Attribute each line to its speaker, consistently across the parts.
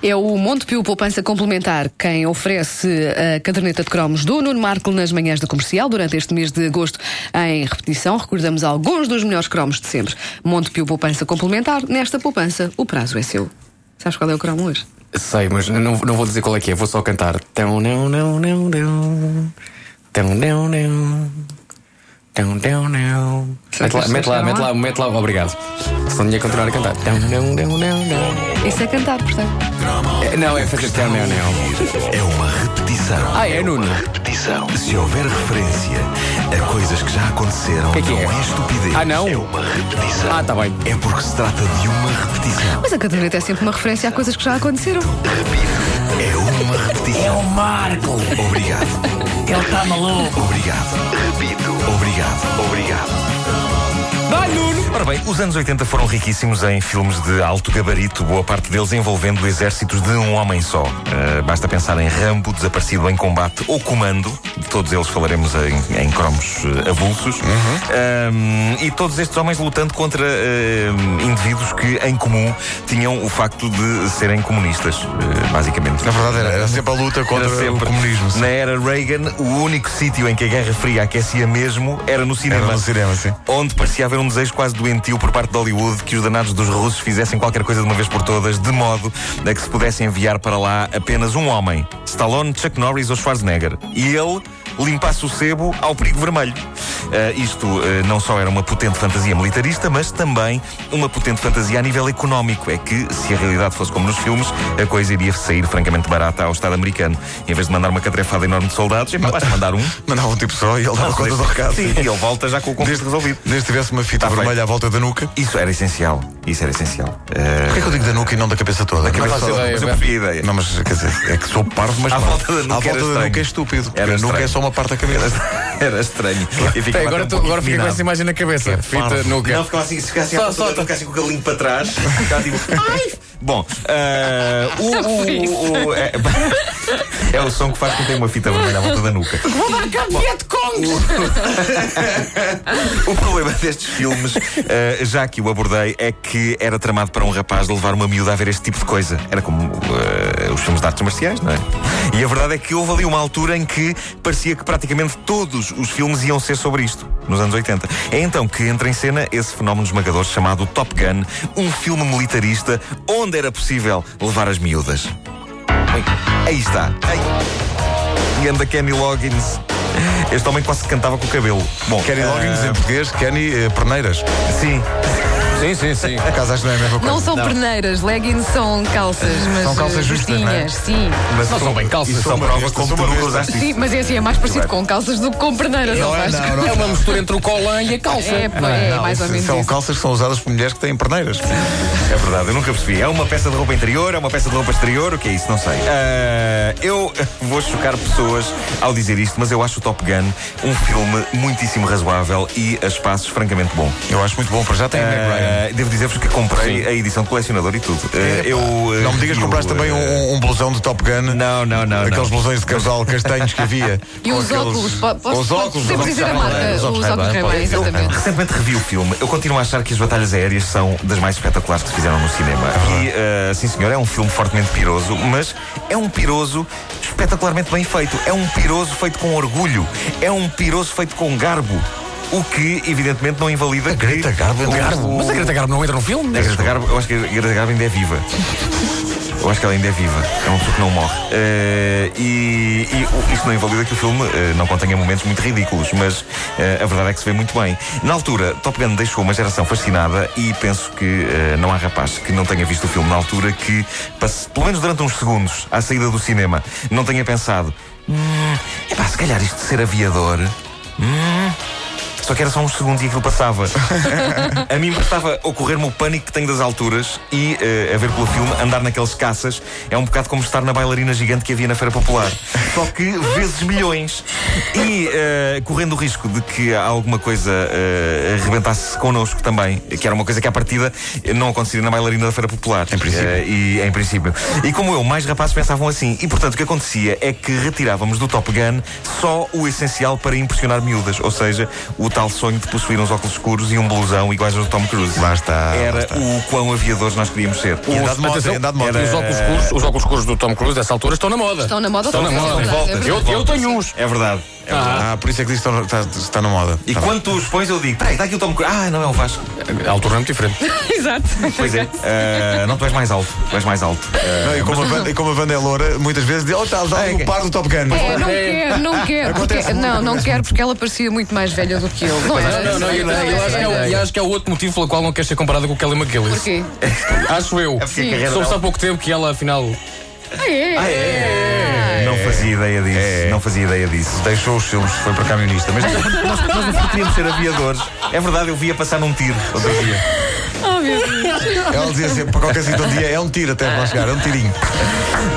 Speaker 1: É o Montepio Poupança Complementar quem oferece a caderneta de cromos do Nuno Marco nas manhãs da comercial durante este mês de agosto em repetição. Recordamos alguns dos melhores cromos de sempre. Montepio Poupança Complementar, nesta poupança o prazo é seu. Sabes qual é o cromo hoje?
Speaker 2: Sei, mas não, não vou dizer qual é que é, vou só cantar. Tão, não, não, não, não. Tão, não, não. Tão, não, não. Mete lá, mete lá, mete lá, mete lá, obrigado. Se não ia continuar a cantar. Tão, não, não, não, não.
Speaker 1: Isso é cantar, portanto.
Speaker 2: É, Não, é fazer tão, não, não.
Speaker 3: É uma repetição.
Speaker 2: Ah, é, Nuno.
Speaker 3: Repetição. Se houver referência a coisas que já aconteceram,
Speaker 2: Que é que
Speaker 3: não
Speaker 2: é?
Speaker 3: é? estupidez.
Speaker 2: Ah, não?
Speaker 3: É uma repetição.
Speaker 2: Ah, tá bem.
Speaker 3: É porque se trata de uma repetição.
Speaker 1: Mas a caderneta é sempre uma referência a coisas que já aconteceram.
Speaker 3: É uma repetição.
Speaker 4: O Marco,
Speaker 3: Obrigado.
Speaker 4: ele
Speaker 2: tá
Speaker 4: está maluco.
Speaker 3: Obrigado. Repito. Obrigado. Obrigado.
Speaker 2: Vai, Nuno.
Speaker 5: Ora bem, os anos 80 foram riquíssimos em filmes de alto gabarito, boa parte deles envolvendo exércitos de um homem só. Eh, basta pensar em Rambo, Desaparecido em Combate ou Comando, de todos eles falaremos em, em cromos eh, avulsos, Ahm, e todos estes homens lutando contra eh, indivíduos que, em comum, tinham o facto de serem comunistas, eh, basicamente.
Speaker 6: Na verdade, era, era sempre a luta contra
Speaker 5: Era sempre.
Speaker 6: o comunismo. sim.
Speaker 5: Na era Reagan, o único sítio em que a Guerra Fria aquecia mesmo era no cinema.
Speaker 6: Era no cinema, sim.
Speaker 5: Onde parecia haver um desejo quase doentio por parte de Hollywood que os danados dos russos fizessem qualquer coisa de uma vez por todas, de modo a que se pudesse enviar para lá apenas um homem, Stallone, Chuck Norris ou Schwarzenegger. E ele limpasse o sebo ao perigo vermelho. Ah, isto ah, não só era uma potente fantasia militarista, mas também uma potente fantasia a nível económico. É que, se a realidade fosse como nos filmes, a coisa iria sair francamente barata ao Estado americano. Em vez de mandar uma catrefada enorme de soldados, epá, basta mandar um.
Speaker 6: Mandava um tipo só e ele dava conta do recado.
Speaker 5: Sim, e ele volta já com o conflito
Speaker 6: Desde,
Speaker 5: resolvido.
Speaker 6: desde que tivesse uma fita
Speaker 5: Tá
Speaker 6: vermelha
Speaker 5: feito.
Speaker 6: à volta da nuca.
Speaker 5: Isso era essencial. Isso era essencial. Ah,
Speaker 6: Porquê que eu digo da nuca e não da cabeça toda? Da
Speaker 2: cabeça toda.
Speaker 5: mas eu preferi a ideia.
Speaker 6: Não, mas quer dizer, é que sou parvo, mas
Speaker 5: À
Speaker 6: não.
Speaker 5: volta da
Speaker 6: à
Speaker 5: nuca
Speaker 6: volta
Speaker 5: era
Speaker 6: da
Speaker 5: estranho.
Speaker 6: nuca é estúpido. porque
Speaker 5: Era
Speaker 6: a nuca
Speaker 5: estranho.
Speaker 6: é só uma parte da cabeça.
Speaker 5: Era estranho. Eu ficava
Speaker 2: Até agora
Speaker 5: até
Speaker 2: tu,
Speaker 5: um pouco
Speaker 2: agora fiquei com
Speaker 5: intimidado.
Speaker 2: essa imagem na cabeça. Fita,
Speaker 5: Não,
Speaker 2: nuca.
Speaker 5: ficava assim, se ficasse assim,
Speaker 2: Só-
Speaker 5: só,
Speaker 2: só-
Speaker 5: ficasse com o calinho para trás, ficava tipo. Ai! Bom, ah, o- o. o- é, é o som que faz quem tem uma fita vermelha à volta da nuca.
Speaker 2: Vou dar cabo de Kong.
Speaker 5: O problema destes filmes, eh, já que o abordei, é que era tramado para um rapaz de levar uma miúda a ver este tipo de coisa. Era como eh, os filmes de artes marciais, não é? E a verdade é que houve ali uma altura em que parecia que praticamente todos os filmes iam ser sobre isto, nos anos 80. É então que entra em cena esse fenómeno esmagador chamado Top Gun, um filme militarista onde era possível levar as miúdas. Bem, aí está. Ei. E anda Kenny Loggins. Este homem quase que cantava com o cabelo. Bom, eh,
Speaker 6: Kenny Loggins
Speaker 5: Ah.
Speaker 6: em português, Kenny eh, Perneiras.
Speaker 5: Sim.
Speaker 2: Sim, sim, sim.
Speaker 6: Caso acho que não é a mesma coisa.
Speaker 7: Não são perneiras, leggings são calças, mas
Speaker 6: São calças
Speaker 7: eh,
Speaker 6: justas, não é?
Speaker 7: justinhas, sim.
Speaker 5: Mas
Speaker 2: Não são bem calças,
Speaker 5: Isso
Speaker 2: são
Speaker 5: só
Speaker 2: uma
Speaker 5: prova
Speaker 6: besta,
Speaker 5: como
Speaker 6: são
Speaker 5: tu
Speaker 6: uma
Speaker 5: nunca
Speaker 6: besta.
Speaker 5: usaste
Speaker 7: Sim,
Speaker 5: isso.
Speaker 7: mas é assim, é mais parecido com calças do que com perneiras, não,
Speaker 6: é,
Speaker 7: Vasco?
Speaker 6: não, não.
Speaker 2: É uma mistura entre o colã e a calça.
Speaker 7: É, pá, é mais ou menos
Speaker 6: São
Speaker 7: isso.
Speaker 6: calças que são usadas por mulheres que têm perneiras.
Speaker 5: É verdade, eu nunca percebi. É uma peça de roupa interior, é uma peça de roupa exterior, o que é isso? Não sei. Ah, eu vou chocar pessoas ao dizer isto, mas eu acho o Top Gun um filme muitíssimo razoável e a espaços francamente bom.
Speaker 6: Eu acho muito bom, para já tem Meg Ryan.
Speaker 5: Ah, devo dizer-vos que comprei a edição de colecionador e tudo. Ah, eu, ah,
Speaker 6: Não me digas que
Speaker 5: vi
Speaker 6: compraste
Speaker 5: o,
Speaker 6: também
Speaker 5: ah,
Speaker 6: um, um blusão de Top Gun.
Speaker 5: Não, não, não.
Speaker 6: Aqueles
Speaker 5: não.
Speaker 6: blusões de casal castanhos que havia.
Speaker 7: E
Speaker 6: com
Speaker 7: os
Speaker 6: aqueles-
Speaker 7: óculos, po- posso-
Speaker 6: Os
Speaker 7: posso-
Speaker 6: óculos,
Speaker 7: sem dizer a marca,
Speaker 6: Ray-Ban,
Speaker 7: os óculos
Speaker 6: Ray-Ban,
Speaker 7: Ray-Ban,
Speaker 6: pode-
Speaker 7: exatamente.
Speaker 5: Recentemente revi o filme. Eu continuo a achar que as batalhas aéreas são das mais espetaculares que se fizeram no cinema. E, eh, sim senhor, é um filme fortemente piroso, mas é um piroso espetacularmente bem feito. É um piroso feito com orgulho. É um piroso feito com garbo. O que, evidentemente, não invalida a
Speaker 6: Greta Garbo é um entra-
Speaker 2: Mas a Greta Garbo não entra no filme?
Speaker 5: a Greta Garbo, eu acho que a Greta Garbo ainda é viva. Eu acho que ela ainda é viva. É uma pessoa que não morre. Eh, e e o- isto não invalida que o filme eh, não contenha momentos muito ridículos, mas eh, a verdade é que se vê muito bem. Na altura, Top Gun deixou uma geração fascinada e penso que eh, não há rapaz que não tenha visto o filme na altura que, passe- pelo menos durante uns segundos, à saída do cinema, não tenha pensado: hum, epá, se calhar isto de ser aviador. hum, só que era só uns segundos e aquilo passava. a mim bastava ocorrer-me o pânico que tenho das alturas e, eh, a ver pelo filme, andar naqueles caças é um bocado como estar na bailarina gigante que havia na Feira Popular. Só que vezes milhões. E eh, correndo o risco de que alguma coisa eh, arrebentasse connosco também, que era uma coisa que à partida não acontecia na bailarina da Feira Popular. Em princípio. e, em princípio. E como eu, mais rapazes pensavam assim. E portanto o que acontecia é que retirávamos do Top Gun só o essencial para impressionar miúdas. Ou seja, o tal sonho de possuir uns óculos escuros e um blusão iguais aos do Tom Cruise.
Speaker 6: Lá está. lá
Speaker 5: Era
Speaker 6: está.
Speaker 5: o quão aviadores nós queríamos ser.
Speaker 6: E então,
Speaker 2: Tá
Speaker 6: andar de moto, e andar de moto.
Speaker 2: Os óculos, escuros, os óculos escuros do Tom Cruise, dessa altura, estão na moda.
Speaker 7: Estão na moda,
Speaker 2: Estão na
Speaker 7: estão
Speaker 2: moda.
Speaker 7: na moda,
Speaker 2: Volta.
Speaker 7: é
Speaker 2: Eu,
Speaker 7: verdade.
Speaker 2: eu tenho uns.
Speaker 5: É verdade. É verdade.
Speaker 6: Ah, por isso é que diz que está, está- está na moda.
Speaker 5: E
Speaker 6: Está tá bem.
Speaker 5: quando tu os pões, eu digo: peraí, está aqui o Tom Cruise. Ah, não é o Vasco.
Speaker 2: A altura é muito diferente.
Speaker 7: Exato.
Speaker 5: Pois é. Ah, não, tu és mais alto. Tu és mais alto. Ah,
Speaker 6: Não, e, como a banda, e como a banda é loura, muitas vezes diz: Oh, está está ali o par do Top Gun.
Speaker 7: É, não quero, não quero. Porque, não, não quero porque ela parecia muito mais velha do que eu. Não, é? era,
Speaker 2: Não, não, eu, eu acho que é, o- e acho que é o outro motivo pelo qual não quer ser comparada com o Kelly McGillis.
Speaker 7: Porquê?
Speaker 2: Acho eu.
Speaker 5: É porque a carreira
Speaker 2: Soube-se há
Speaker 5: dela-
Speaker 2: pouco tempo que ela, afinal.
Speaker 7: Ah, é?
Speaker 5: Não fazia ideia disso. Não fazia ideia disso.
Speaker 6: Deixou os filmes, foi para camionista. Mas
Speaker 5: Nós, nós no futuro queríamos ser aviadores. É verdade, eu via passar num tiro outro dia.
Speaker 7: Oh, meu Deus.
Speaker 6: ela dizia sempre: para qualquer sítio um dia é um tiro até lá chegar, é um tirinho.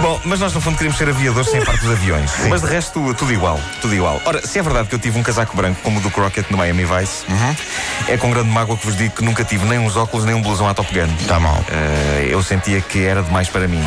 Speaker 5: Bom, mas nós no fundo queríamos ser aviadores sem a parte dos aviões. Mas de resto, tudo igual, tudo igual. Ora, se é verdade que eu tive um casaco branco como o do Crockett no Miami Vice, é com grande mágoa que vos digo que nunca tive nem uns óculos nem um blusão à Top Gun. Está mal. eu sentia que era demais para mim.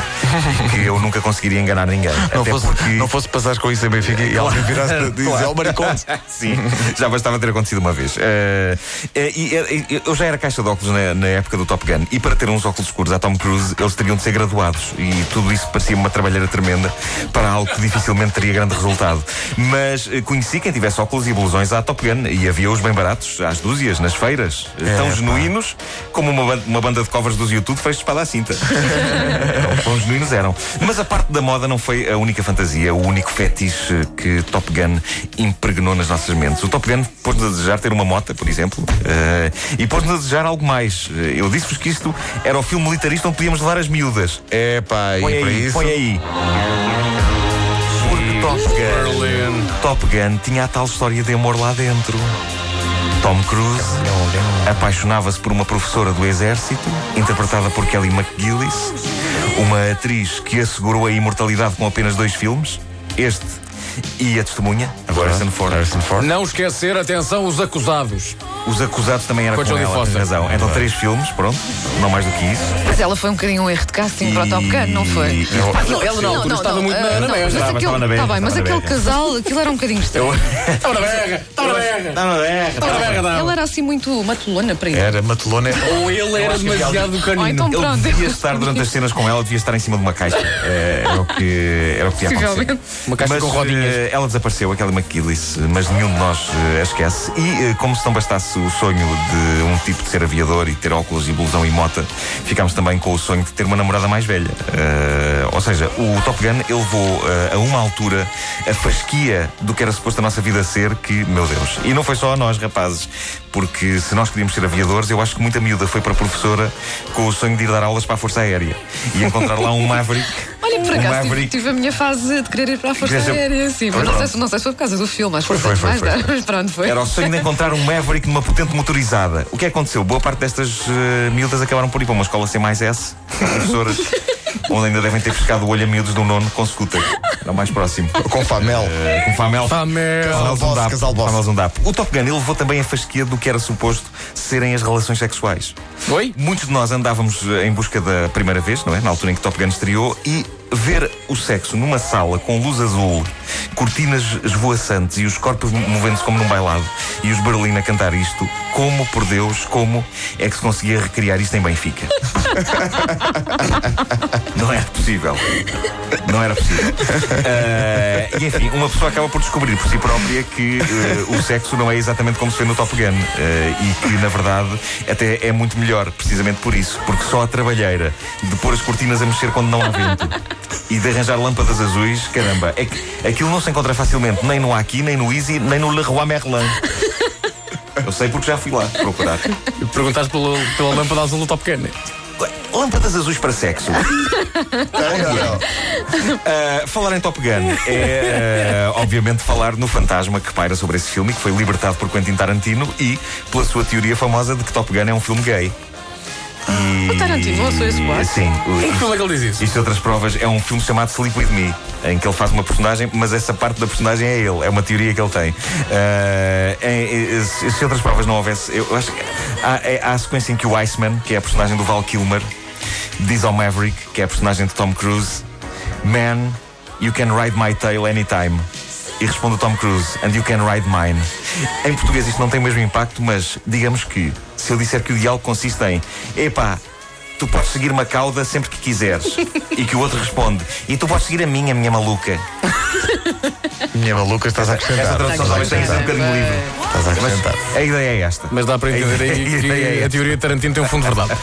Speaker 5: que eu nunca conseguiria enganar ninguém.
Speaker 6: Não
Speaker 5: Até
Speaker 6: fosse,
Speaker 5: porque...
Speaker 6: não fosse passares com isso em Benfica e alguém virasse e diz: É o mariconte.
Speaker 5: Sim, já bastava ter acontecido uma vez. Eh, eh, e era- e eu já era caixa de óculos na, na época do Top Gun e para ter uns óculos escuros à Tom Cruise eles teriam de ser graduados e tudo isso parecia uma trabalheira tremenda para algo que dificilmente teria grande resultado. Mas eh, conheci quem tivesse óculos e blusões à Top Gun e havia-os bem baratos, às dúzias, nas feiras, eh, tão genuínos como uma, ban- uma banda de covers dos YouTube fez de espada à cinta. Eram Quão genuínos eram. Mas a parte da moda não foi a única fantasia, o único fetiche que Top Gun impregnou nas nossas mentes. O Top Gun pôs-nos a desejar ter uma mota, por exemplo, eh, e pôs-nos a desejar algo mais. Eh, Eu disse-vos que isto era o filme militarista onde podíamos levar as miúdas.
Speaker 6: É pá, e
Speaker 5: Põe
Speaker 6: para
Speaker 5: aí,
Speaker 6: isso.
Speaker 5: põe aí. Porque Top Gun, Top Gun tinha a tal história de amor lá dentro. Tom Cruise apaixonava-se por uma professora do exército, interpretada por Kelly McGillis, uma atriz que assegurou a imortalidade com apenas dois filmes, este e a testemunha, Uhum. Harrison Ford.
Speaker 2: Não esquecer, atenção, os acusados.
Speaker 5: Os acusados também eram
Speaker 2: Com
Speaker 5: com,
Speaker 2: Jodie
Speaker 5: ela, tens
Speaker 2: Foster.
Speaker 5: razão. Então três filmes, pronto, não mais do que isso.
Speaker 7: Mas ela foi um bocadinho um erro de casting para o Top Gun, não
Speaker 5: E-
Speaker 7: foi?
Speaker 5: e-
Speaker 2: Não, ela na altura estava muito na-
Speaker 7: eh, não,
Speaker 2: na merda.
Speaker 7: mas
Speaker 5: Estava-
Speaker 7: aquele-
Speaker 5: estava na berra,
Speaker 7: tá bem, mas
Speaker 5: estava na
Speaker 7: aquele casal, aquilo era um bocadinho estranho.
Speaker 2: Estava Tá na berra, estava na berra.
Speaker 5: Não, não, é.
Speaker 2: Estava na berra,
Speaker 7: Ela
Speaker 2: não.
Speaker 7: era assim muito matulona para ele.
Speaker 6: Era matelona.
Speaker 2: Ou ele era demasiado
Speaker 7: Ou
Speaker 2: canino.
Speaker 7: então
Speaker 5: Ele
Speaker 7: pronto.
Speaker 5: é devia estar durante as cenas com ela, devia estar em cima de uma caixa. É, Era o que, era o que ia acontecer.
Speaker 7: Possivelmente.
Speaker 2: Uma caixa
Speaker 5: mas,
Speaker 2: com rodinhas.
Speaker 5: eh, Ela desapareceu, aquela McGillis, mas nenhum de nós eh, a esquece. E eh, como se não bastasse o sonho de um tipo de ser aviador e ter óculos e blusão e mota, ficámos também com o sonho de ter uma namorada mais velha. Eh, ou seja, o Top Gun elevou eh, a uma altura a fasquia do que era suposto a nossa vida ser, que, meu Deus. E não foi só a nós, rapazes, porque se nós queríamos ser aviadores, eu acho que muita miúda foi para a professora com o sonho de ir dar aulas para a Força Aérea e encontrar lá um Maverick.
Speaker 7: Olha, por
Speaker 5: um
Speaker 7: acaso tive,
Speaker 5: Maverick
Speaker 7: tive a minha fase de querer ir para a Força
Speaker 5: Queres ser-
Speaker 7: Aérea, sim, mas não sei, se, não sei se foi por causa do filme, acho que foi,
Speaker 5: foi,
Speaker 7: mais
Speaker 5: foi,
Speaker 7: tarde, mas pronto, foi.
Speaker 5: Era o sonho de encontrar um Maverick numa potente motorizada. O que aconteceu? Boa parte destas eh, miúdas acabaram por ir para uma escola C mais S, com professoras, onde ainda devem ter pescado o olho a miúdos do nono com scooter. Era o mais próximo.
Speaker 6: Com Famel.
Speaker 5: Eh, com Famel.
Speaker 2: Ah, Famel.
Speaker 5: Famel Zundap.
Speaker 6: Casal Boss.
Speaker 5: Famel Zundap. um O Top Gun ele levou também a fasquia do que era suposto serem as relações sexuais.
Speaker 2: Oi?
Speaker 5: Muitos de nós andávamos eh, em busca da primeira vez, não é? Na altura em que Top Gun estreou, e ver o sexo numa sala com luz azul, cortinas esvoaçantes e os corpos mo- movendo-se como num bailado e os Berlim a cantar isto, como, por Deus, como é que se conseguia recriar isto em Benfica? não era possível. Não era possível. Eh, e enfim, uma pessoa acaba por descobrir por si própria que eh, o sexo não é exatamente como se vê no Top Gun. eh, e que, na verdade, até é muito melhor, precisamente por isso. Porque só a trabalheira de pôr as cortinas a mexer quando não há vento e de arranjar lâmpadas azuis, caramba, é que aquilo não se encontra facilmente nem no Aqui, nem no Easy, nem no Leroy Merlin. Eu sei porque já fui lá procurar.
Speaker 2: Perguntaste pelo- pela lâmpada azul do Top Gun.
Speaker 5: Lâmpadas azuis para sexo. Uh, falar em Top Gun é, uh, obviamente, falar no fantasma que paira sobre esse filme e que foi libertado por Quentin Tarantino e pela sua teoria famosa de que Top Gun é um filme gay. E-
Speaker 7: O Tarantino lançou esse boato?
Speaker 5: Sim. o-
Speaker 2: Em que filme é que ele diz isso?
Speaker 5: isto e outras provas é um filme chamado Sleep With Me, em que ele faz uma personagem, mas essa parte da personagem é ele, é uma teoria que ele tem. Ah, em- em- se se outras provas não houvesse, eu acho que há, é- há a sequência em que o Iceman, que é a personagem do Val Kilmer, diz ao Maverick, que é a personagem de Tom Cruise, Man, you can ride my tail anytime. E responde o Tom Cruise, and you can ride mine. Em português isto não tem o mesmo impacto, mas digamos que se eu disser que o diálogo consiste em epá, tu podes seguir uma cauda sempre que quiseres, e que o outro responde, e tu podes seguir a minha, minha maluca.
Speaker 6: Minha maluca, estás a
Speaker 5: Essa
Speaker 6: acrescentar.
Speaker 5: tradução talvez tenha sido um bocadinho livre.
Speaker 6: Estás a acrescentar.
Speaker 5: Mas a ideia é esta.
Speaker 2: Mas dá para entender aí
Speaker 5: A ideia é
Speaker 2: que a
Speaker 5: esta.
Speaker 2: teoria de Tarantino tem um fundo de verdade.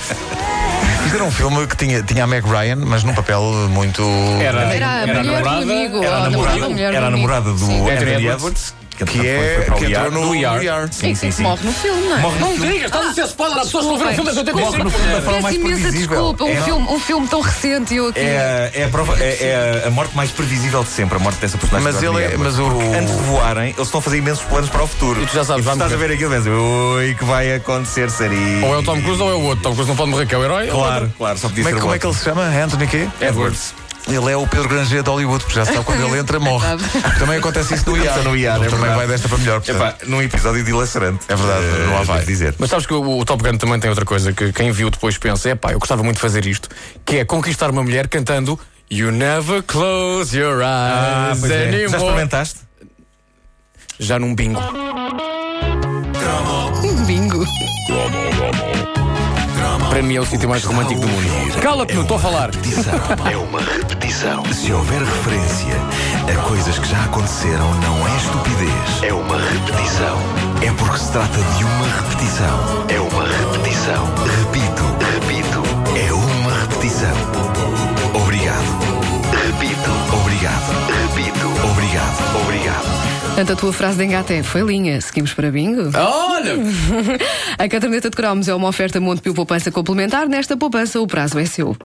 Speaker 6: Isto era um filme que tinha, tinha a Meg Ryan, mas num papel muito.
Speaker 7: Era a mulher do amigo.
Speaker 2: era a
Speaker 7: ou a
Speaker 2: namorada.
Speaker 7: namorada, mulher
Speaker 5: Era a
Speaker 7: do
Speaker 5: namorada do
Speaker 7: amigo. Sim.
Speaker 5: Anthony
Speaker 2: Anthony
Speaker 5: Edwards,
Speaker 6: Que é.
Speaker 5: foi para o
Speaker 6: Que
Speaker 5: IAR.
Speaker 6: entrou no
Speaker 2: Do IAR.
Speaker 6: IAR.
Speaker 5: Sim, sim,
Speaker 7: Sim,
Speaker 5: sim.
Speaker 7: Morre no filme, não é?
Speaker 5: Morre no filme.
Speaker 2: Estás a ser spoiler, as pessoas vão ver o filme das
Speaker 6: Morre no filme da forma
Speaker 7: Peço
Speaker 6: mais
Speaker 7: imensa
Speaker 6: previsível.
Speaker 7: desculpa, um,
Speaker 5: É.
Speaker 7: filme, um filme tão recente e eu aqui.
Speaker 5: É, é, a prova- é- é a morte mais previsível de sempre, a morte dessa personagem.
Speaker 6: Mas
Speaker 5: do
Speaker 6: ele é-
Speaker 5: Anthony Edwards.
Speaker 6: mas o-
Speaker 5: Porque Antes de voarem, eles estão a fazer imensos planos para o futuro.
Speaker 2: E tu já sabes, vai
Speaker 5: estás a
Speaker 2: morrer.
Speaker 5: ver aquilo e dizes, oi, que vai acontecer, Sari?
Speaker 2: Ou é o Tom Cruise ou é o outro. Tom Cruise não pode morrer, que é o herói.
Speaker 5: Claro, claro, só podia
Speaker 6: Como é,
Speaker 5: ser
Speaker 6: que- como é que ele se chama? Anthony quê?
Speaker 5: Edwards.
Speaker 6: Ele é o Pedro Granger de Hollywood, porque já se sabe quando ele entra, morre.
Speaker 7: Verdade.
Speaker 6: Também acontece isso no IAR.
Speaker 5: Acontece no IAR,
Speaker 6: Ele
Speaker 5: é
Speaker 6: também
Speaker 5: verdade.
Speaker 6: vai desta para melhor. portanto.
Speaker 5: Epá, num episódio dilacerante.
Speaker 6: É verdade,
Speaker 5: Eh,
Speaker 6: não há vai.
Speaker 5: devo dizer.
Speaker 2: Mas sabes que o, o Top Gun também tem outra coisa que quem viu depois pensa: é pá, eu gostava muito de fazer isto, que é conquistar uma mulher cantando You Never Close Your Eyes
Speaker 5: Ah, pois é. Já
Speaker 2: Anymore.
Speaker 5: experimentaste?
Speaker 2: Já num bingo.
Speaker 7: Um bingo.
Speaker 2: Para mim é o sítio mais romântico do mundo. Cala-te, não estou a falar.
Speaker 3: É uma repetição. Se houver referência a coisas que já aconteceram, não é estupidez. É uma repetição. É porque se trata de uma repetição. É uma repetição. Repito, repito. É uma repetição. Obrigado. Repito. Obrigado. Repito. Obrigado. Obrigado.
Speaker 1: Portanto, a tua frase de engate é, foi linha. Seguimos para bingo.
Speaker 2: Ah. Olha!
Speaker 1: A caderneta de cromos é uma oferta Montepio Poupança Complementar. Nesta poupança, o prazo é seu.